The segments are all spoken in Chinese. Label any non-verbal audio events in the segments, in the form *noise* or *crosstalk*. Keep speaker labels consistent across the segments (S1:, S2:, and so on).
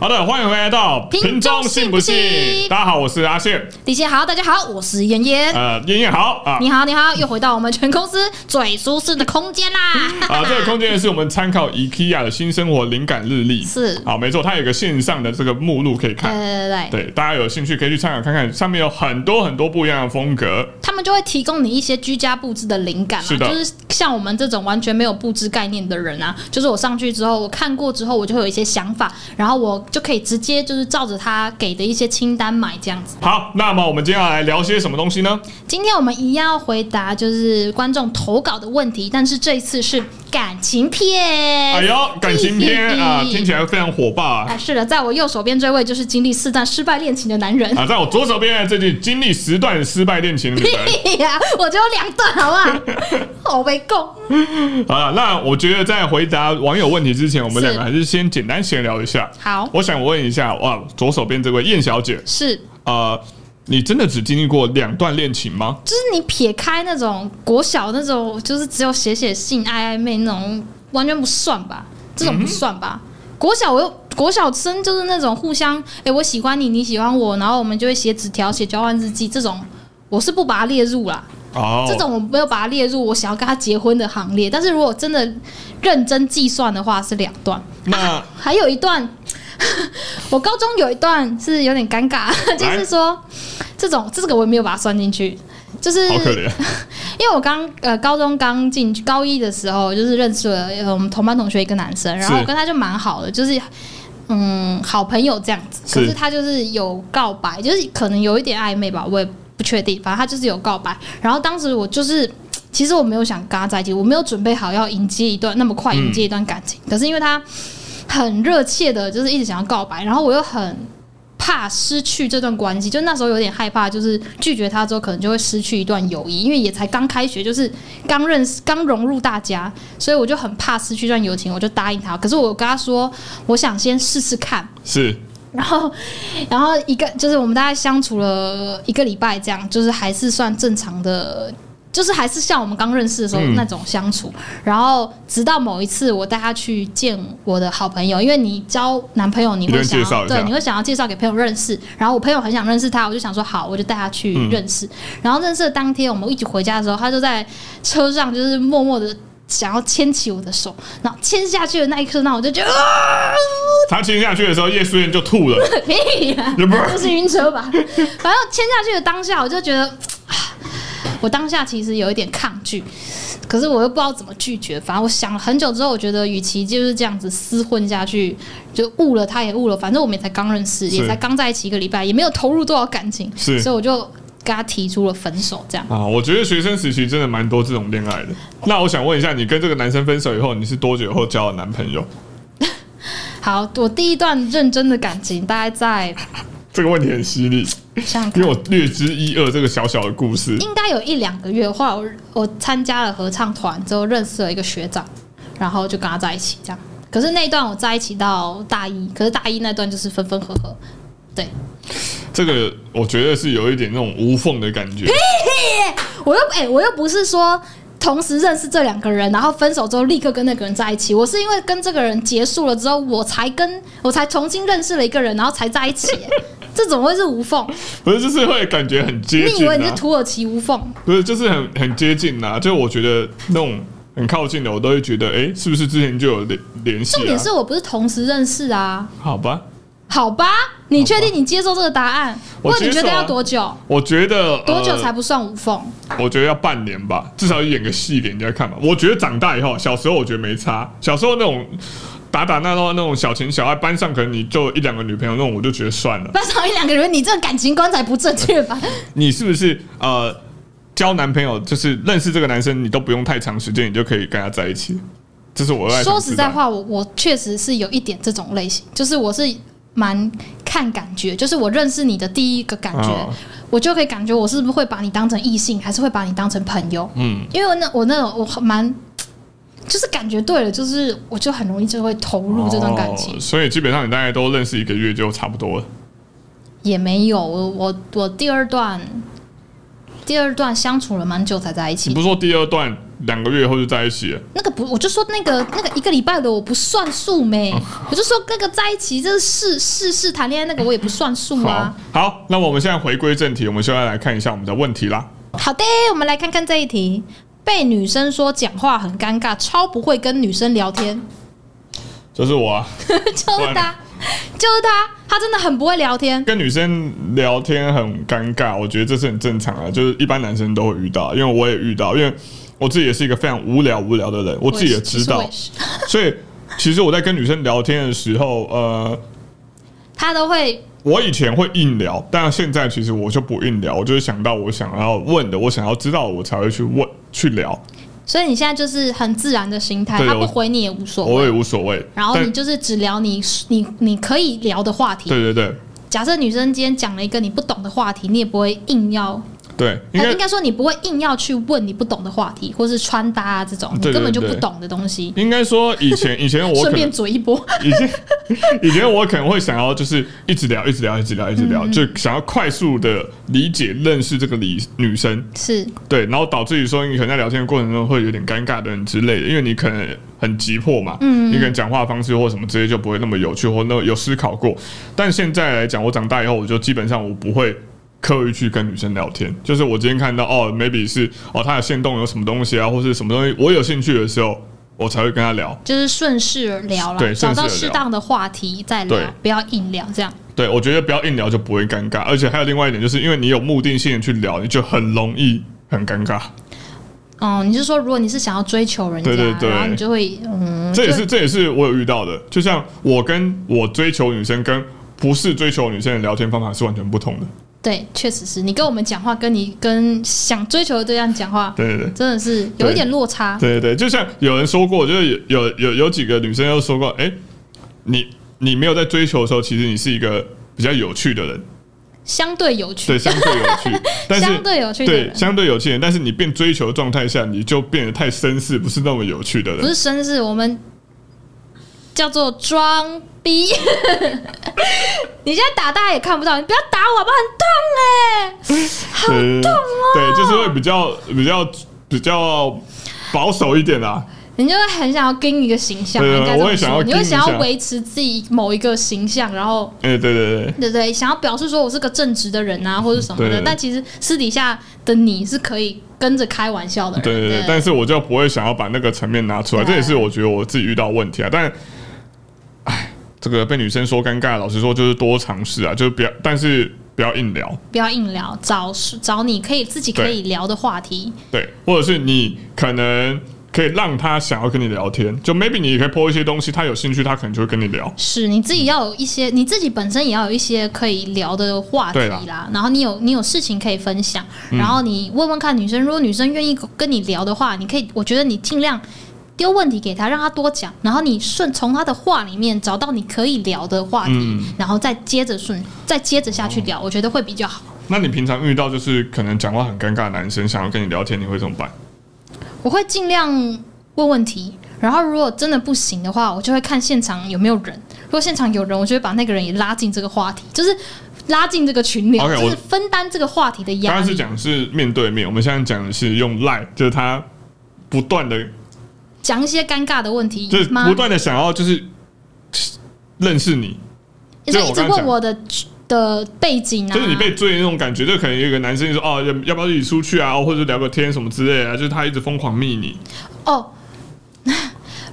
S1: 好的，欢迎回来到
S2: 屏中信不信
S1: 大家好，我是阿宪，
S2: 李姐好，大家好，我是妍妍。
S1: 呃，燕燕好啊。
S2: 你好，你好，又回到我们全公司最舒适的空间啦！
S1: 啊，这个空间呢是我们参考 IKEA 的新生活灵感日历，
S2: 是
S1: 好，没错，它有一个线上的这个目录可以
S2: 对
S1: 看，
S2: 对对对，
S1: 对，大家有兴趣可以去参考看看，上面有很多很多不一样的风格，
S2: 他们就会提供你一些居家布置的灵感嘛，啊
S1: 是的
S2: 就是像我们这种完全没有布置概念的人啊，就是我上去之后，我看过之后，我就会有一些想法，然后我就可以直接就是照着他给的一些清单买这样子。
S1: 好，那么我们接下来聊些什么东西呢？
S2: 今天我们一样要回答就是观众投稿的问题，但是这一次是感情篇。
S1: 哎呦，感情
S2: *laughs*
S1: 篇啊，听起来非常火爆啊！
S2: 啊，是的，在我右手边这位就是经历四段失败恋情的男人。 *laughs*
S1: 啊，在我左手边的这句经历十段失败恋情的女
S2: *laughs*
S1: 人，
S2: 屁哎呀、我只有两段，
S1: *laughs*
S2: 好不好？我没够。
S1: 好了，那我觉得在回答网友问题之前，我们
S2: 是
S1: 两个还是先简单闲聊一下。
S2: 好，
S1: 我想问一下，哇，左手边这位燕小姐，
S2: 是，
S1: 呃，你真的只经历过两段恋情吗？
S2: 就是你撇开那种国小那种，就是只有写写信、暧暧昧那种，完全不算吧？这种不算吧？国小我又国小生就是那种互相，哎、我喜欢你，你喜欢我，然后我们就会写纸条、写交换日记这种。我是不把它列入啦，
S1: 哦，
S2: 这种我没有把它列入我想要跟他结婚的行列。但是如果真的认真计算的话，是两段。
S1: 那
S2: 还有一段， *laughs* 我高中有一段是有点尴尬，就是说这种这个我也没有把它算进去，就是
S1: 好可怜，
S2: 因为我刚呃高中刚进去高一的时候，就是认识了呃我们同班同学一个男生，然后我跟他就蛮好的，就是。嗯，好朋友这样子，
S1: 是
S2: 可是他就是有告白，就是可能有一点暧昧吧，我也不确定。反正他就是有告白，然后当时我就是，其实我没有想跟他在一起，我没有准备好要迎接一段那么快迎接一段感情。可是因为他很热切的，就是一直想要告白，然后我又很怕失去这段关系，就那时候有点害怕，就是拒绝他之后可能就会失去一段友谊，因为也才刚开学，就是刚认识、刚融入大家，所以我就很怕失去这段友情，我就答应他。可是我跟他说，我想先试试看。
S1: 是
S2: 然后，然后一个就是我们大概相处了一个礼拜，这样就是还是算正常的，就是还是像我们刚认识的时候
S1: 嗯
S2: 那种相处。然后直到某一次，我带他去见我的好朋友，因为你交男朋友，你
S1: 一
S2: 会
S1: 定
S2: 想
S1: 介绍
S2: 要
S1: 一下
S2: 对，你会想要介绍给朋友认识。然后我朋友很想认识他，我就想说好，我就带他去
S1: 嗯
S2: 认识。然后认识的当天，我们一起回家的时候，他就在车上就是默默的。想要牵起我的手，然后牵下去的那一刻，那我就觉得啊，
S1: 他亲下去的时候，叶舒燕就吐了， *laughs*
S2: 屁呀、
S1: 也不是
S2: 这是晕车吧？反正牵下去的当下，我就觉得， *sighs* 啊我当下其实有一点抗拒，可是我又不知道怎么拒绝。反正我想了很久之后，我觉得与其就是这样子厮混下去，就误了他也误了，反正我们也才刚认识，
S1: 是
S2: 也才刚在一起一个礼拜，也没有投入多少感情，
S1: 是
S2: 所以我就跟他提出了分手。这样
S1: 啊。我觉得学生时期真的蛮多这种恋爱的。那我想问一下，你跟这个男生分手以后，你是多久后交的男朋友？
S2: 好，我第一段认真的感情大概在
S1: 这个问题很犀利，
S2: 想想看
S1: 因为我略知一二这个小小的故事。
S2: 应该有一两个月，后来我我参加了合唱团之后，认识了一个学长，然后就跟他在一起这样。可是那一段我在一起到大一，可是大一那段就是分分合合，对
S1: 这个我觉得是有一点那种无缝的感觉。
S2: 我又哎、我又不是说同时认识这两个人，然后分手之后立刻跟那个人在一起，我是因为跟这个人结束了之后，我才跟我才重新认识了一个人，然后才
S1: *laughs*
S2: 在一起、哎这怎么会是无缝？
S1: 不是，就是会感觉很接
S2: 你以
S1: 近、啊。
S2: 为你是土耳其无缝？
S1: 不是，啊就是很很接近呐、就我觉得那种很靠近的，我都会觉得，哎、是不是之前就有联联系、啊？
S2: 重点是我不是同时认识啊。
S1: 好吧，
S2: 好吧，你确定你接受这个答案？
S1: 我
S2: 问你
S1: 接受
S2: 觉
S1: 啊
S2: 得要多久？
S1: 我觉得
S2: 多久才
S1: 呃？
S2: 不算无缝？ *laughs*
S1: 我觉得要半年吧，至少演个戏给人家看吧。我觉得长大以后，小时候我觉得没差，小时候那种打打闹闹那种小情小爱，班上可能你就一两个女朋友那种，我就觉得算了。
S2: 班上一两个人，你这个感情观才不正确吧？
S1: 你是不是呃交男朋友，就是认识这个男生，你都不用太长时间，你就可以跟他在一起？这 *laughs* 是我在
S2: 说实在，话，我我确实是有一点这种类型，就是我是蛮看感觉，就是我认识你的第一个感觉，
S1: 哦
S2: 我就可以感觉我是不是会把你当成异性，还是会把你当成朋友？
S1: 嗯，
S2: 因为我那我那种我很蛮。就是感觉对了，就是我就很容易就会投入这段感情，
S1: 哦所以基本上你大概都认识一个月就差不多了。
S2: 也没有我我我第二段第二段相处了蛮久才在一
S1: 你
S2: 起
S1: 不。是说第二段两个月后就在一起了？
S2: 那个不，我就说那个那个一个礼拜的我不算数
S1: 哦
S2: 没，我就说那个在一起这是试试谈恋爱那个我也不算数啊
S1: 好。，好，那我们现在回归正题，我们现在来看一下我们的问题啦。
S2: 好的，我们来看看这一题。被女生说讲话很尴尬，超不会跟女生聊天，
S1: 就是我、啊、
S2: 就是他，就是他，他真的很不会聊天。
S1: 跟女生聊天很尴尬，我觉得这是很正常的，就是一般男生都会遇到，因为我也遇到，因为我自己也是一个非常无聊无聊的人，我自己也知道
S2: 其实我，也是
S1: 所以其实我在跟女生聊天的时候，呃，
S2: 他都会
S1: 我以前会硬聊，但现在其实我就不硬聊，我就是想到我想要问的，我想要知道的，我才会去问去聊，
S2: 所以你现在就是很自然的心态，
S1: 对
S2: 他不
S1: 我
S2: 回你也无所
S1: 我也
S2: 谓。
S1: 无所谓。
S2: 然后
S1: 但
S2: 你就是只聊你你你可以聊的话题。
S1: 对对对
S2: 假设女生今天讲了一个你不懂的话题，你也不会硬要，
S1: 对，应
S2: 呃
S1: 该
S2: 应该说你不会硬要去问你不懂的话题，或是穿搭啊这种你
S1: 对对
S2: 根本就不
S1: 对
S2: 懂的东西，
S1: 应该说以前以前我可能
S2: 顺便嘴一波。
S1: *laughs* 以前以前我可能会想要就是一直聊一直聊一直聊一直
S2: 嗯
S1: 聊，就想要快速的理解认识这个女女生，
S2: 是，
S1: 对，然后导致于说你可能在聊天的过程中会有点尴尬的人之类的，因为你可能很急迫嘛，
S2: 嗯
S1: 你可能讲话方式或什么之类就不会那么有趣或那么有思考过。但现在来讲，我长大以后，我就基本上我不会。刻意去跟女生聊天，就是我今天看到哦，maybe 是哦，她的线动有什么东西啊，或是什么东西我有兴趣的时候，我才会跟她聊。
S2: 就是顺势而聊了，
S1: 对
S2: 找到
S1: 顺势
S2: 适
S1: 而聊
S2: 当的话题再
S1: 对
S2: 聊，不要硬聊这样。
S1: 对，我觉得不要硬聊就不会尴尬，而且还有另外一点，就是因为你有目的性的去聊，你就很容易很尴尬。
S2: 哦，你是说如果你是想要追求人家，
S1: 对对对
S2: 然后你就会嗯，
S1: 这也
S2: 就是
S1: 这也是我有遇到的，就像我跟我追求女生跟不是追求女生的聊天方法是完全不同的。
S2: 对，确实是你跟我们讲话，跟你跟想追求的对象讲话，
S1: 对对对。
S2: 真的是有一点落差。
S1: 对对对，就像有人说过，就是有有有有几个女生又说过，哎、你你没有在追求的时候，其实你是一个比较有趣的人，
S2: 相对有趣，
S1: 对，相对有
S2: *laughs*
S1: 趣，但是
S2: 相对有趣的
S1: 对
S2: 人，
S1: 相对有趣的人，但是你变追求的状态下，你就变得太绅士，不是那么有趣的
S2: 不
S1: 人。
S2: 是绅士，我们叫做装 *laughs* 逼。你现在打大家也看不到，你不要打我好不好？很痛哎、 *laughs* 哦啊好
S1: 对对，就是会比较比较比较保守一点啊啦。
S2: 你就会很想要跟一个形象，
S1: 对
S2: 应该这
S1: 我
S2: 么
S1: 也想
S2: 说，
S1: 要
S2: 你会
S1: 跟一
S2: 啊想要
S1: 下
S2: 维持自己某一个形象，然后
S1: 哎、对对对，
S2: 对不对，想要表示说我是个正直的人啊，或者什么的
S1: 对。
S2: 但其实私底下的你是可以跟着开玩笑的人，
S1: 对对对，但是我就不会想要把那个层面拿出来，
S2: 对
S1: 这也是我觉得我自己遇到问题啊。但，哎，这个被女生说尴尬，老实说就是多尝试啊，就是不要，但是不要硬聊，
S2: 不要硬聊，找找你可以自己可以聊的话题。
S1: 对，或者是你可能可以让他想要跟你聊天，就 maybe 你也可以播一些东西，他有兴趣，他可能就会跟你聊。
S2: 是你
S1: 嗯
S2: 自己要有一些，你自己本身也要有一些可以聊的话题
S1: 对嗯
S2: 啦。然后你有你有事情可以分享，然后你问问看女生，如果女生愿意跟你聊的话，你可以，我觉得你尽量丢问题给她，让她多讲，然后你顺从她的话里面找到你可以聊的话题，
S1: 嗯哦
S2: 然后再接着顺，再接着下去聊，我觉得会比较好。
S1: 那你平常遇到就是可能讲话很尴尬的男生想要跟你聊天，你会怎么办？
S2: 我会尽量问问题，然后如果真的不行的话，我就会看现场有没有人。如果现场有人，我就会把那个人也拉进这个话题，就是拉进这个群聊
S1: OK，
S2: 就
S1: 我
S2: 是分担这个话题的
S1: 刚
S2: 压
S1: 刚是
S2: 力。
S1: 讲是面对面，我们现在讲的是用 line，就是他不断的
S2: 讲一些尴尬的问题
S1: 就是
S2: 吗
S1: 不？断的想要就是认识你，
S2: 你
S1: 就
S2: 就
S1: 是
S2: 一
S1: 我
S2: 直
S1: 刚刚
S2: 问
S1: 讲
S2: 我的的背景啊，
S1: 就是你被追的那种感觉。就可能有一个男生就说哦，要要不要一起出去啊，或者聊个天什么之类的啊，就是他一直疯狂密你。
S2: 哦。 *laughs*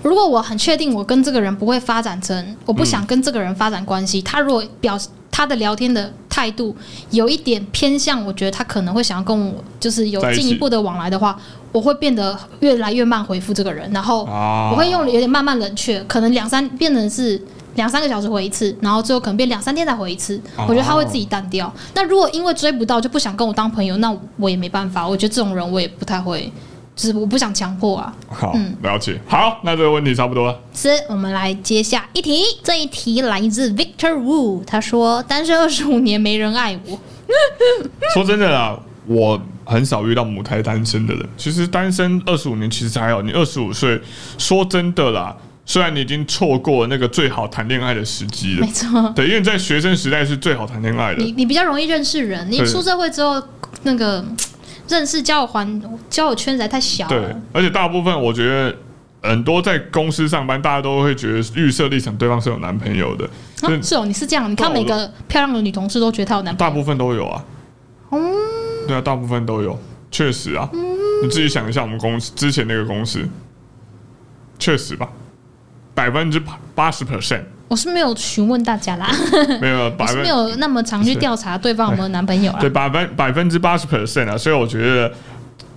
S2: 如果我很确定我跟这个人不会发展成，我不想跟这个人发展关
S1: 嗯
S2: 系，他如果表他的聊天的态度有一点偏向，我觉得他可能会想要跟我就是有
S1: 在一起
S2: 进一步的往来的话，我会变得越来越慢回复这个人，然后
S1: 啊
S2: 我会用有点慢慢冷却，可能两三变成是。两三个小时回一次，然后最后可能变两三天才回一次，
S1: 哦
S2: 我觉得他会自己淡掉。那如果因为追不到就不想跟我当朋友，那我也没办法。我觉得这种人我也不太会，就是我不想强迫啊。
S1: 好，了解。好，那这个问题差不多了。
S2: 是，我们来接下一题。这一题来自 Victor Wu，他说：“单身二十五年没人爱我，
S1: 说真的啦，我很少遇到母胎单身的人。其实单身二十五年其实还好，你二十五岁，说真的啦，虽然你已经错过了那个最好谈恋爱的时机了
S2: 没，错，
S1: 对，因为在学生时代是最好谈恋爱的
S2: 你。你比较容易认识人，你
S1: 对
S2: 出社会之后，那个嗯认识交友环交友圈实在太小
S1: 对
S2: 了。，
S1: 而且大部分我觉得很多在公司上班，大家都会觉得预设立场对方是有男朋友的，
S2: 啊
S1: 就是
S2: 哦，你是这样，你看
S1: 对
S2: 每
S1: 我
S2: 个漂亮的女同事都觉得她有男朋
S1: 大
S2: 友，
S1: 部分都有啊。对啊，大部分都有，确实啊。你自己想一下，我们公司之前那个公司，确实吧，百分之八十 percent
S2: 我是没有询问
S1: *laughs*
S2: 大家啦，
S1: 没有
S2: 我
S1: 百
S2: 是
S1: 分
S2: 没有那么常去调查对方有没有男朋友啦
S1: 对。百分百分之八十 percent 啊，所以我觉得。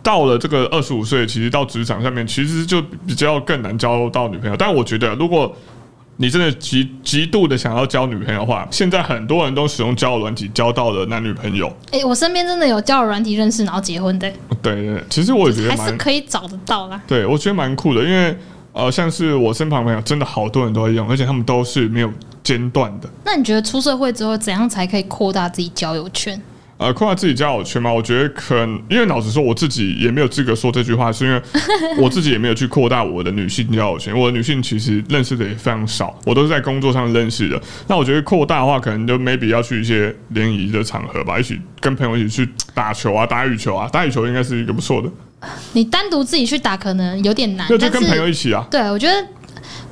S1: 到了这个二十五岁，其实到职场上面，其实就比较更难交到女朋友。但我觉得，如果你真的极极度的想要交女朋友的话，现在很多人都使用交友软体交到了男女朋友。
S2: 哎、我身边真的有交友软体认识然后结婚的，
S1: 对对，对其实我也觉得
S2: 还
S1: 蛮
S2: 是可以找得到啦。
S1: 对，我觉得蛮酷的，因为呃，像是我身旁朋友，真的好多人都会用，而且他们都是没有间断的。
S2: 那你觉得出社会之后怎样才可以扩大自己交友圈？
S1: 呃，扩大自己交友圈嘛，我觉得可能，因为老实说，我自己也没有资格说这句话，是因为我自己也没有去扩大我的女性交友圈。我的女性其实认识的也非常少，我都是在工作上认识的。那我觉得扩大的话，可能就 maybe 要去一些联谊的场合吧，一起跟朋友一起去打球啊，打羽球啊，打羽球应该是一个不错的。
S2: 你单独自己去打可能有点难，
S1: 那就
S2: 但
S1: 跟朋友
S2: 是
S1: 一起啊，
S2: 对我觉得，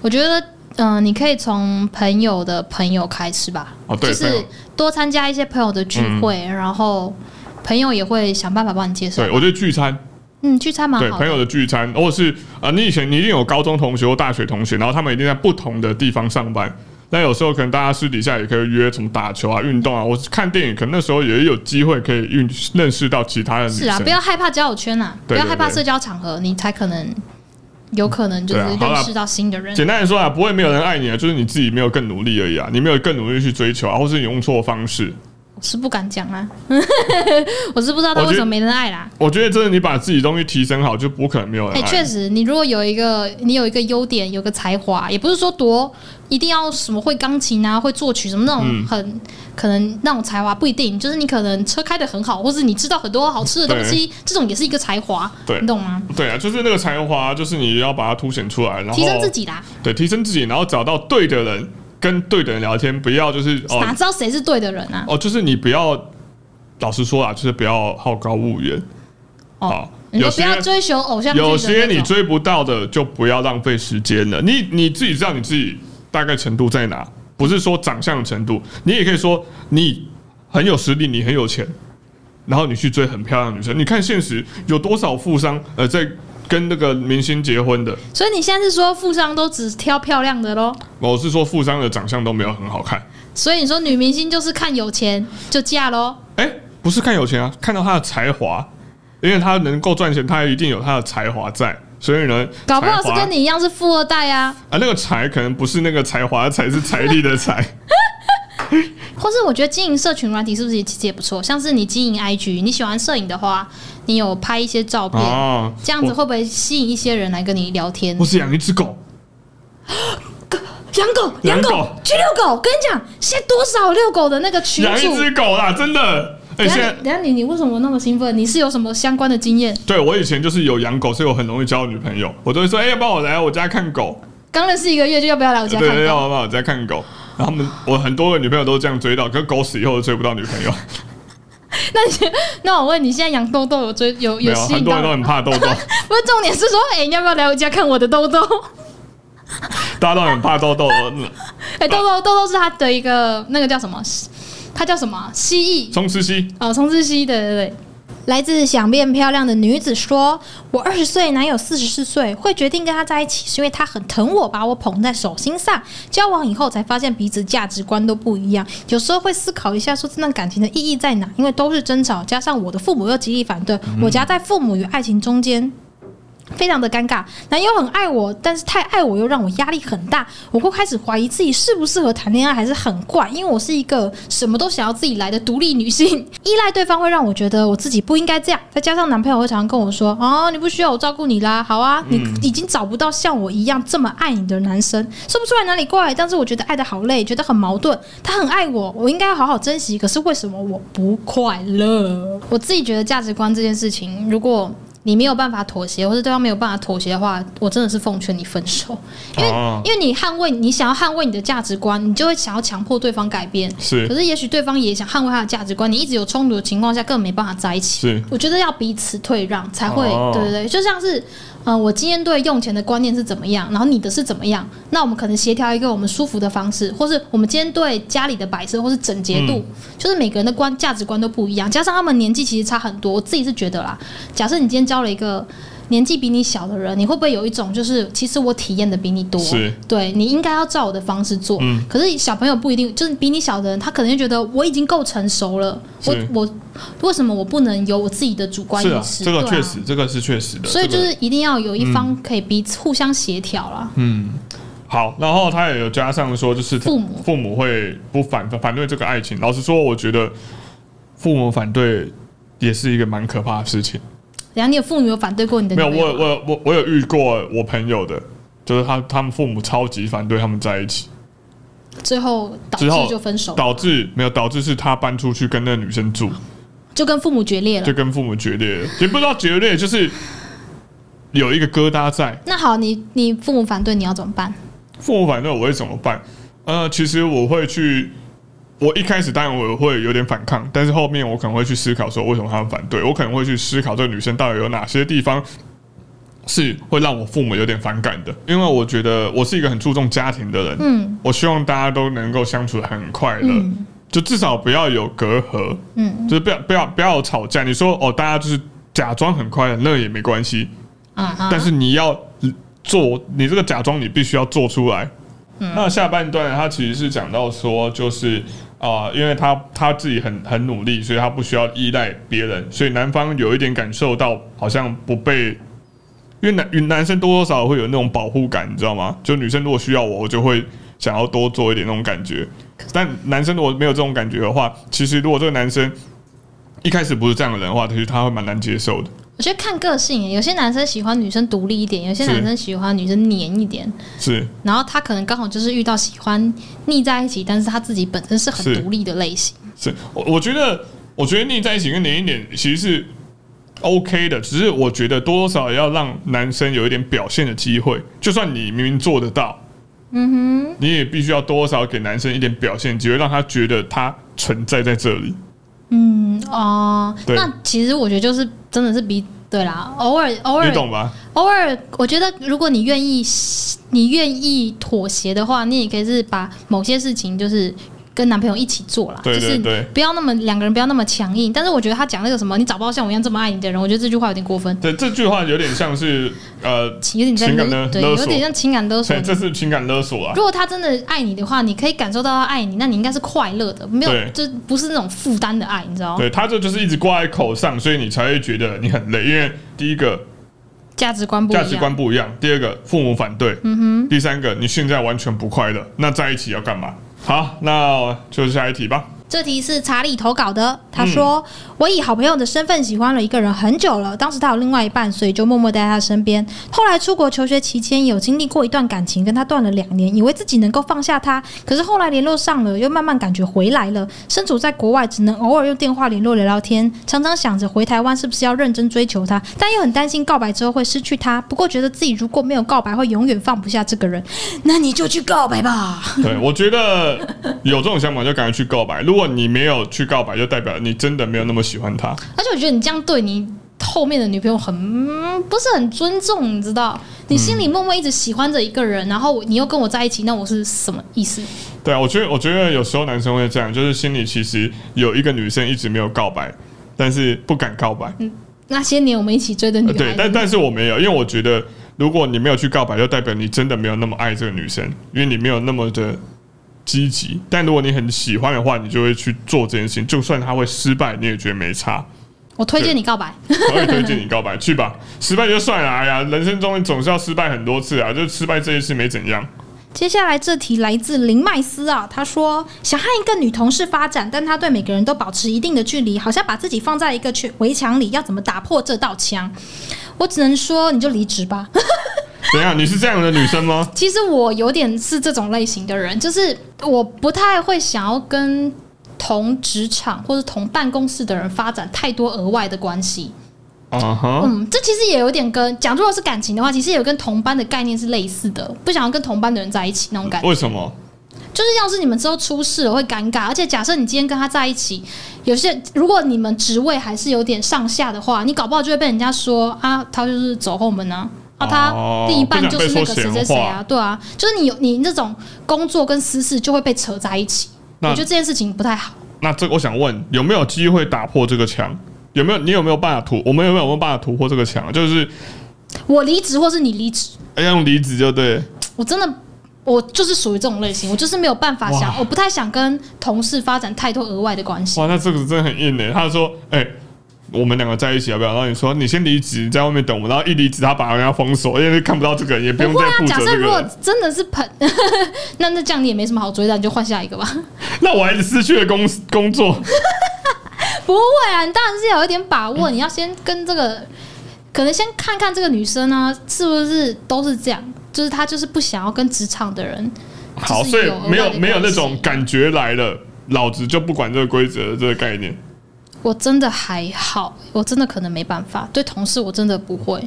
S2: 我觉得，嗯、你可以从朋友的朋友开始吧，
S1: 哦对
S2: 就
S1: 朋
S2: 是
S1: 友嗯
S2: 多参加一些朋友的聚会，然后朋友也会想办法帮你介绍
S1: 对。我觉得聚餐
S2: 嗯，聚餐蛮
S1: 对
S2: 好
S1: 朋
S2: 的。
S1: 友的聚餐，或者是啊、呃你以前你一定有高中同学或大学同学，然后他们一定在不同的地方上班。那有时候可能大家私底下也可以约什么打球啊、运动啊，或是看电影，可能那时候也有机会可以运认识到其他的女
S2: 是
S1: 生。
S2: 啊，不要害怕交友圈啊，
S1: 对
S2: 不要害怕
S1: 对对
S2: 社交场合，你才可能有可能就是
S1: 对啊好啦
S2: 认识到新
S1: *laughs*
S2: 的人。
S1: 简单的说啊，不会没有人爱你啊，就是你自己没有更努力而已啊，你没有更努力去追求啊，或是你用错方式。
S2: 我是不敢讲啊， *laughs* 我是不知道他
S1: 我觉
S2: 为
S1: 得
S2: 什么没人爱啦。
S1: 我觉得真的，你把自己东西提升好，就不可能没有人爱
S2: 哎、
S1: 你。
S2: 确实，你如果有一个你有一个优点，有个才华，也不是说多一定要什么会钢琴啊，会作曲什么那
S1: 嗯
S2: 种很、可能那种才华不一定，就是你可能车开的很好，或是你知道很多好吃的东西，这种也是一个才华，
S1: 对
S2: 你懂吗？
S1: 对啊，就是那个才华，就是你要把它凸显出来，然后
S2: 提升自己啦，
S1: 对，提升自己，然后找到对的人，跟对的人聊天，不要就是哦
S2: 哪知道谁是对的人啊？
S1: 哦，就是你不要，老实说啊，就是不要好高骛远
S2: 哦，
S1: 啊。
S2: 你
S1: 有
S2: 就不
S1: 些
S2: 要追求偶像剧的
S1: 有
S2: 那种
S1: 些你追不到的，就不要浪费时间了。你你自己知道你自己大概程度在哪，不是说长相的程度，你也可以说你很有实力，你很有钱，然后你去追很漂亮的女生。你看现实有多少富商呃在跟那个明星结婚的？
S2: 所以你现在是说富商都只挑漂亮的喽？
S1: 我是说富商的长相都没有很好看，
S2: 所以你说女明星就是看有钱就嫁喽？
S1: 哎、不是看有钱啊，看到他的才华，因为他能够赚钱，他一定有他的才华在，所以呢，
S2: 搞不好是
S1: 才华
S2: 跟你一样是富二代啊，
S1: 啊，那个财可能不是那个才华的财，是财力的
S2: *laughs*
S1: 财。
S2: 或是我觉得经营社群软体是不是也其实也不错？像是你经营 IG，你喜欢摄影的话，你有拍一些照片，
S1: 哦，
S2: 这样子会不会吸引一些人来跟你聊天
S1: 我？是养一只狗，
S2: 养狗，
S1: 养
S2: 养
S1: 狗
S2: 狗，去遛狗！跟你讲，现在多少遛狗的那个群
S1: 养一
S2: 主。
S1: 只狗啦，真的。哎、
S2: 等一
S1: 现
S2: 下
S1: 在
S2: 你，等一下你，你为什么那么兴奋？你是有什么相关的经验？
S1: 对我以前就是有养狗，所以我很容易交女朋友。我都会说，哎、要不要我来我家看狗？
S2: 刚认识一个月就要不要来我
S1: 对
S2: 家看
S1: 对，
S2: 狗？
S1: 要不要我家看狗？然后他们，我很多个女朋友都这样追到，可是狗死以后都追不到女朋友。
S2: 那你那我问你，现在养豆豆有追有
S1: 没
S2: 有
S1: 有，
S2: 吸
S1: 很
S2: 引
S1: 多
S2: 到
S1: 人都
S2: 吗？
S1: 很怕豆豆，
S2: 不是重点是说，哎、你要不要来我家看我的豆豆？
S1: 大家都很怕豆嗯豆。
S2: 哎、豆
S1: 啊
S2: 豆豆豆是他的一个那个叫什么？他叫什么啊？蜥蜴
S1: 冲吃西，
S2: 哦，冲之蜥，对对对。
S3: 来自想变漂亮的女子说：“我二十岁，男友四十四岁，会决定跟他在一起，是因为他很疼我，把我捧在手心上。交往以后才发现彼此价值观都不一样，有时候会思考一下，说这段感情的意义在哪？因为都是争吵，加上我的父母又极力反对，
S2: 嗯
S3: 我夹在父母与爱情中间。”非常的尴尬，男友很爱我，但是太爱我又让我压力很大，我会开始怀疑自己适不适合谈恋爱，还是很怪，因为我是一个什么都想要自己来的独立女性，依赖对方会让我觉得我自己不应该这样，再加上男朋友会常常跟我说，哦，你不需要我照顾你啦，好啊，你已经找不到像我一样这么爱你的男生，说不出来哪里怪，但是我觉得爱的好累，觉得很矛盾，他很爱我，我应该好好珍惜，可是为什么我不快乐？
S2: 我自己觉得价值观这件事情，如果你没有办法妥协，或者对方没有办法妥协的话，我真的是奉劝你分手，因为、
S1: 啊，
S2: 因为你捍卫你想要捍卫你的价值观，你就会想要强迫对方改变。可
S1: 是
S2: 是也许对方也想捍卫他的价值观，你一直有冲突的情况下，根本没办法在一起。
S1: 是
S2: 我觉得要彼此退让才会，
S1: 哦
S2: 对对对，就像是，呃，我今天对用钱的观念是怎么样，然后你的是怎么样，那我们可能协调一个我们舒服的方式，或是我们今天对家里的摆设或是整洁
S1: 嗯
S2: 度，就是每个人的观价值观都不一样，加上他们年纪其实差很多，我自己是觉得啦，假设你今天交了一个。年纪比你小的人，你会不会有一种就是，其实我体验的比你多，
S1: 是
S2: 对你应该要照我的方式做。
S1: 嗯
S2: 可是小朋友不一定，就是比你小的人，他可能就觉得我已经够成熟了，我
S1: 是
S2: 我为什么我不能有我自己的主观意
S1: 是啊，
S2: 识？
S1: 这个
S2: 对啊
S1: 确实，这个是确实的。
S2: 所以
S1: 这
S2: 就
S1: 个
S2: 是一定要有一方可以彼此互相协调啦。
S1: 嗯，好，然后他也有加上说，就是
S2: 父母
S1: 父母会不反反对这个爱情。老实说，我觉得父母反对也是一个蛮可怕的事情。
S2: 然后你有父母有反对过你的
S1: 没有，
S2: 女
S1: 我
S2: 朋友
S1: 有
S2: 吗
S1: 我有我我有遇过我朋友的，就是他他们父母超级反对他们在一起，
S2: 最后导
S1: 之后
S2: 致就分手，
S1: 导致没有导致是他搬出去跟那个女生住，
S2: 就跟父母决裂了
S1: 就。跟父母决裂了，也不知道决裂就是有一个疙瘩在。
S2: 那好，你你父母反对你要怎么办？
S1: 父母反对我会怎么办？呃，其实我会去，我一开始当然我会有点反抗，但是后面我可能会去思考说为什么他们反对，我可能会去思考这个女生到底有哪些地方。是会让我父母有点反感的，因为我觉得我是一个很注重家庭的人，
S2: 嗯
S1: 我希望大家都能够相处的很快乐，
S2: 嗯
S1: 就至少不要有隔阂，
S2: 嗯
S1: 就是不要不要不要有吵架。你说哦，大家就是假装很快乐，那也没关系，
S2: 啊哈，
S1: 但是你要做，你这个假装你必须要做出来。那下半段他其实是讲到说，就是啊、因为他他自己很很努力，所以他不需要依赖别人，所以男方有一点感受到好像不被，因为男与男生多多少少会有那种保护感，你知道吗？就女生如果需要我，我就会想要多做一点那种感觉。但男生如果没有这种感觉的话，其实如果这个男生一开始不是这样的人的话，其实他会蛮难接受的。
S2: 我觉得看个性耶，有些男生喜欢女生独立一点，有些
S1: 是
S2: 男生喜欢女生黏一点。
S1: 是，
S2: 然后他可能刚好就是遇到喜欢腻在一起，但是他自己本身是很
S1: 是
S2: 独立的类型。
S1: 是我我觉得，我觉得腻在一起跟黏一点其实是 OK 的，只是我觉得多多少少要让男生有一点表现的机会。就算你明明做得到，嗯哼，你也必须要多多少少给男生一点表现机会，让他觉得他存在在这里。
S2: 嗯哦、
S1: 对
S2: 那其实我觉得就是真的是比对啦，偶尔偶
S1: 你
S2: 尔
S1: 懂吧？
S2: 偶尔，我觉得如果你愿意，你愿意妥协的话，你也可以是把某些事情就是。跟男朋友一起做啦，
S1: 对对
S2: 就
S1: 对
S2: 是不要那么两个人不要那么强硬。但是我觉得他讲那个什么，你找不到像我一样这么爱你的人，我觉得这句话有点过分，
S1: 对，这句话有点像是呃，
S2: 有点在
S1: 情感勒
S2: 对，
S1: 勒
S2: 有
S1: 索
S2: 点像情感勒索
S1: 对，。 *laughs* 这是情感勒索啊。
S2: 如果他真的爱你的话，你可以感受到他爱你，那你应该是快乐的，没有
S1: 对
S2: 就不是那种负担的爱，你知道吗？
S1: 对他这就是一直挂在口上，所以你才会觉得你很累，因为第一个
S2: 价值观不一
S1: 价
S2: 样，嗯
S1: 值观不一样，第二个父母反对，第三个你现在完全不快乐，那在一起要干嘛？好，那就是下一题
S2: *laughs*
S1: 吧。
S3: 这题是查理投稿的，他说：“我以好朋友的身份喜欢了一个人很久了，当时他有另外一半，所以就默默待在他身边。后来出国求学期间，有经历过一段感情，跟他断了两年，以为自己能够放下他，可是后来联络上了，又慢慢感觉回来了。身处在国外，只能偶尔用电话联络聊聊天，常常想着回台湾是不是要认真追求他，但又很担心告白之后会失去他。不过觉得自己如果没有告白，会永远放不下这个人。那你就去告白吧。”
S1: 对，我觉得有这种想法就赶快去告白。如果你没有去告白，就代表你真的没有那么喜欢他。
S2: 而且我觉得你这样对你后面的女朋友很嗯不是很尊重，你知道？你心里默默一直喜欢着一个人，然后你又跟我在一起，那我是什么意思？
S1: 对啊，我觉得我觉得有时候男生会这样，就是心里其实有一个女生一直没有告白，但是不敢告白。
S2: 那些年我们一起追的女
S1: 呃
S2: 孩
S1: 对，
S2: 子，
S1: 但但是我没有，因为我觉得如果你没有去告白，就代表你真的没有那么爱这个女生，因为你没有那么的积极。但如果你很喜欢的话，你就会去做这件事情，就算她会失败，你也觉得没差。
S2: 我推荐你告白。
S1: 我也推荐你告白，去
S2: *laughs*
S1: 吧，失败就算了。哎呀，人生中总是要失败很多次啊，就失败这一次没怎样。
S3: 接下来这题来自林麦斯啊，他说想和一个女同事发展，但他对每个人都保持一定的距离，好像把自己放在一个圈围墙里，要怎么打破这道墙？我只能说，你就离职吧。
S1: 怎样？你是这样的女生吗？
S2: 其实我有点是这种类型的人，就是我不太会想要跟同职场或者同办公室的人发展太多额外的关系。
S1: 啊哈，
S2: 嗯，这其实也有点跟讲，如果是感情的话，其实也有跟同班的概念是类似的，不想要跟同班的人在一起那种感觉。
S1: 为什么？
S2: 就是要是你们之后出事了会尴尬，而且假设你今天跟他在一起，有些如果你们职位还是有点上下的话，你搞不好就会被人家说啊，他就是走后门啊。啊，他
S1: 哦
S2: 另一半就是那
S1: 不
S2: 个
S1: 想被
S2: 谁
S1: 说
S2: 谁谁
S1: 闲
S2: 啊
S1: 话，
S2: 对啊，就是你有你这种工作跟私事就会被扯在一起，我
S1: 那
S2: 觉得这件事情不太好。
S1: 那这个我想问，有没有机会打破这个墙？有没有你有没有办法突？我们有没有有没有办法突破这个墙？就是哎
S2: 我离职或是你离职，
S1: 要用离子就对了，
S2: 我真的我就是属于这种类型，我就是没有办法想，
S1: 哇
S2: 我不太想跟同事发展太多额外的关系。
S1: 哇，那这个真的很硬诶、他说，哎、我们两个在一起要不要？然后你说你先离职，你在外面等我，然后一离职他把人家封锁，因为看不到这个人，也不
S2: 不
S1: 用
S2: 会
S1: 再
S2: 啊，
S1: 负
S2: 假
S1: 责
S2: 设
S1: 这
S2: 如
S1: 个
S2: 果
S1: 人。
S2: 真的是捧， *laughs* 那那这样你也没什么好追的，你就换下
S1: *laughs*
S2: 一个吧。
S1: 那我还是失去了工工作，
S2: 不会啊，你当然是要有一点把握，你要先跟这个，可能先看看这个女生呢、是不是都是这样，就是她就是不想要跟职场的人。
S1: 好，
S2: 就
S1: 所
S2: 是
S1: 以
S2: 有
S1: 没
S2: 额外
S1: 有
S2: 的
S1: 没有那
S2: 关系
S1: 种感觉来了，老子就不管这个规则的这个概念。
S2: 我真的还好，我真的可能没办法对同事，我真的不会。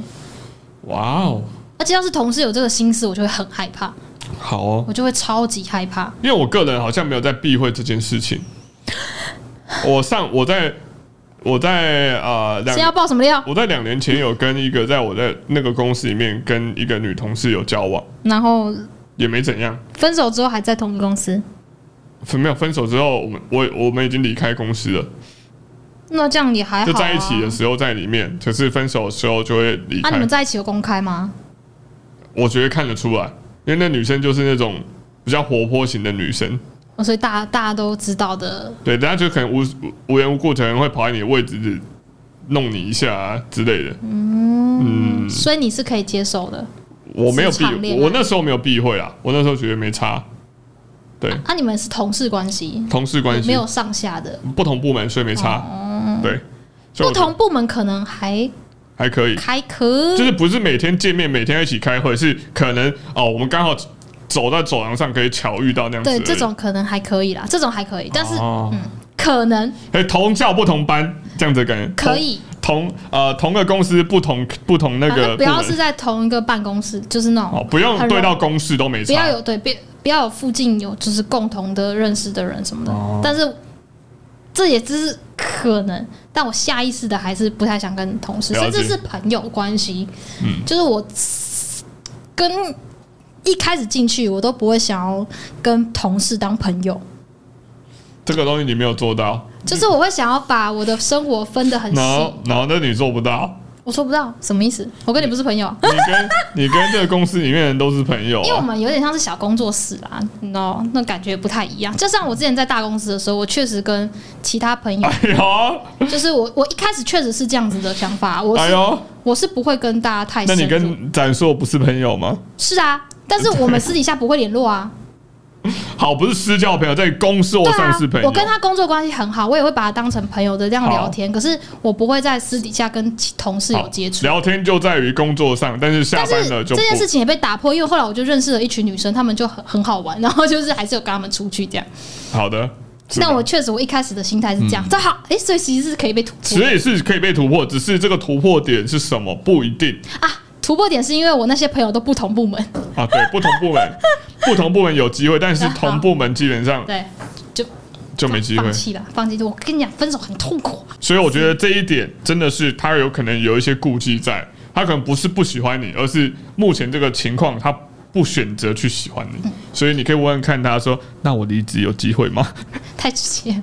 S1: 哇哦，
S2: 而且要是同事有这个心思，我就会很害怕，
S1: 好哦，
S2: 我就会超级害怕。
S1: 因为我个人好像没有在避讳这件事情。我上我在我在呃两
S2: 是要爆什么料？
S1: 我在两年前有跟一个在我在那个公司里面跟一个女同事有交往，
S2: 然后
S1: 也没怎样。
S2: 分手之后还在同一个公司，
S1: 分没有分手之后，我们我我们已经离开公司了，
S2: 那这样也还好、啊。
S1: 就在一起的时候在里面，可是分手的时候就会离
S2: 啊，你
S1: 开
S2: 们。在一起有公开吗？
S1: 我觉得看得出来，因为那女生就是那种比较活泼型的女生，
S2: 哦所以大家大家都知道的，
S1: 对，大家就可能无无缘无故可能会跑来你的位置弄你一下啊之类的。嗯，
S2: 所以你是可以接受的。
S1: 我没有
S2: 职场
S1: 避，
S2: 恋爱
S1: 我那时候没有避讳啊，我那时候觉得没差。对，
S2: 啊，你们是同事关系，
S1: 同事关系
S2: 没有上下的，
S1: 不同部门，所以没差。对，所以
S2: 不
S1: 我觉得
S2: 同部门可能还
S1: 还可以，
S2: 还可
S1: 就是不是每天见面，每天一起开会，是可能哦，我们刚好走在走廊上可以巧遇到那样子而
S2: 对
S1: 已。
S2: 这种可能还可以啦，这种还可以，但是嗯
S1: 哦
S2: 可能
S1: 哎、同校不同班这样子的感觉
S2: 可以，
S1: 同同呃同个公司不同不同哦那
S2: 反正
S1: 个
S2: 不
S1: 部
S2: 要
S1: 门
S2: 是在同一个办公室，就是那
S1: 哦
S2: 种，
S1: 不用
S2: 很
S1: 对
S2: 容
S1: 到公事都没
S2: 不要
S1: 差。
S2: 有对别不要有附近有就是共同的认识的人什么的，
S1: 哦
S2: 但是这也只是可能，但我下意识的还是不太想跟同事，
S1: 了
S2: 甚
S1: 解嗯
S2: 至是朋友关系，就是我跟一开始进去我都不会想要跟同事当朋友，
S1: 这个东西你没有做到，
S2: 就是我会想要把我的生活分得很细
S1: 嗯然。后然后那你做不到，
S2: 我说不到什么意思，我跟你不是朋友啊，
S1: 你跟 *laughs* 你跟这个公司里面的人都是朋友、
S2: 因为我
S1: 啊，
S2: 们有点像是小工作室啦，你知道那感觉不太一样。就像我之前在大公司的时候，我确实跟其他朋友，
S1: 哎呦
S2: 就是我我一开始确实是这样子的想法，我
S1: 哎
S2: 是
S1: 呦，
S2: 我是不会跟大家太
S1: 那
S2: 深
S1: 你
S2: 入。
S1: 跟展硕不是朋友吗？
S2: 是啊，但是我们私底下不会联
S1: *laughs*
S2: 络啊。
S1: 好，不是私交朋友，在公事
S2: 对
S1: 上
S2: 啊
S1: 是朋，友。
S2: 我跟他工作关系很好，我也会把他当成朋友的这样聊天，可是我不会在私底下跟其同事有
S1: 好
S2: 接触。
S1: 聊天就在于工作上，但是下
S2: 但
S1: 班
S2: 是
S1: 了就
S2: 这
S1: 不
S2: 件事情也被打破，因为后来我就认识了一群女生，她们就很很好玩，然后就是还是有跟她们出去这样。
S1: 好的。是的
S2: 但我确实我一开始的心态是这样，这好，哎、所以其实是可以被突破
S1: 所以是可以被突破，只是这个突破点是什么不一定
S2: 啊。突破点是因为我那些朋友都不同部门，
S1: 啊。
S2: *laughs*
S1: 对，不同部门，不同部门有机会，但是
S2: 啊好
S1: 同部门基本上
S2: 对，
S1: 就没机会
S2: *laughs* 放。弃了，放弃。我跟你讲，分手很痛苦啊，
S1: 所以我觉得这一点真的是他有可能有一些顾忌在，他可能不是不喜欢你，而是目前这个情况他不选择去喜欢
S2: 嗯
S1: 你。所以你可以问问看他说：“那我离职有机会吗？”
S2: 太直接 *laughs* 了。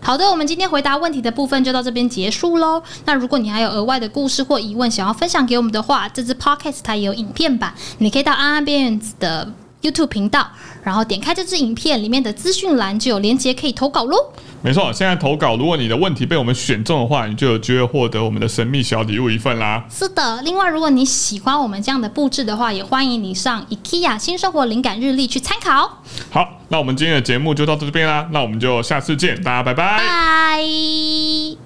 S2: 好的，我们今天回答问题的部分就到这边结束喽。那如果你还有额外的故事或疑问想要分享给我们的话，这支 podcast 它也有影片版，你可以到安安边缘的 YouTube 频道，然后点开这支影片里面的资讯栏就有连接可以投稿喽。
S1: 没错，现在投稿，如果你的问题被我们选中的话，你就有机会获得我们的神秘小礼物一份啦。
S2: 是的，另外，如果你喜欢我们这样的布置的话，也欢迎你上 IKEA 新生活灵感日历去参考。哦
S1: 好，那我们今天的节目就到这边啦，那我们就下次见，大家拜拜
S2: 拜。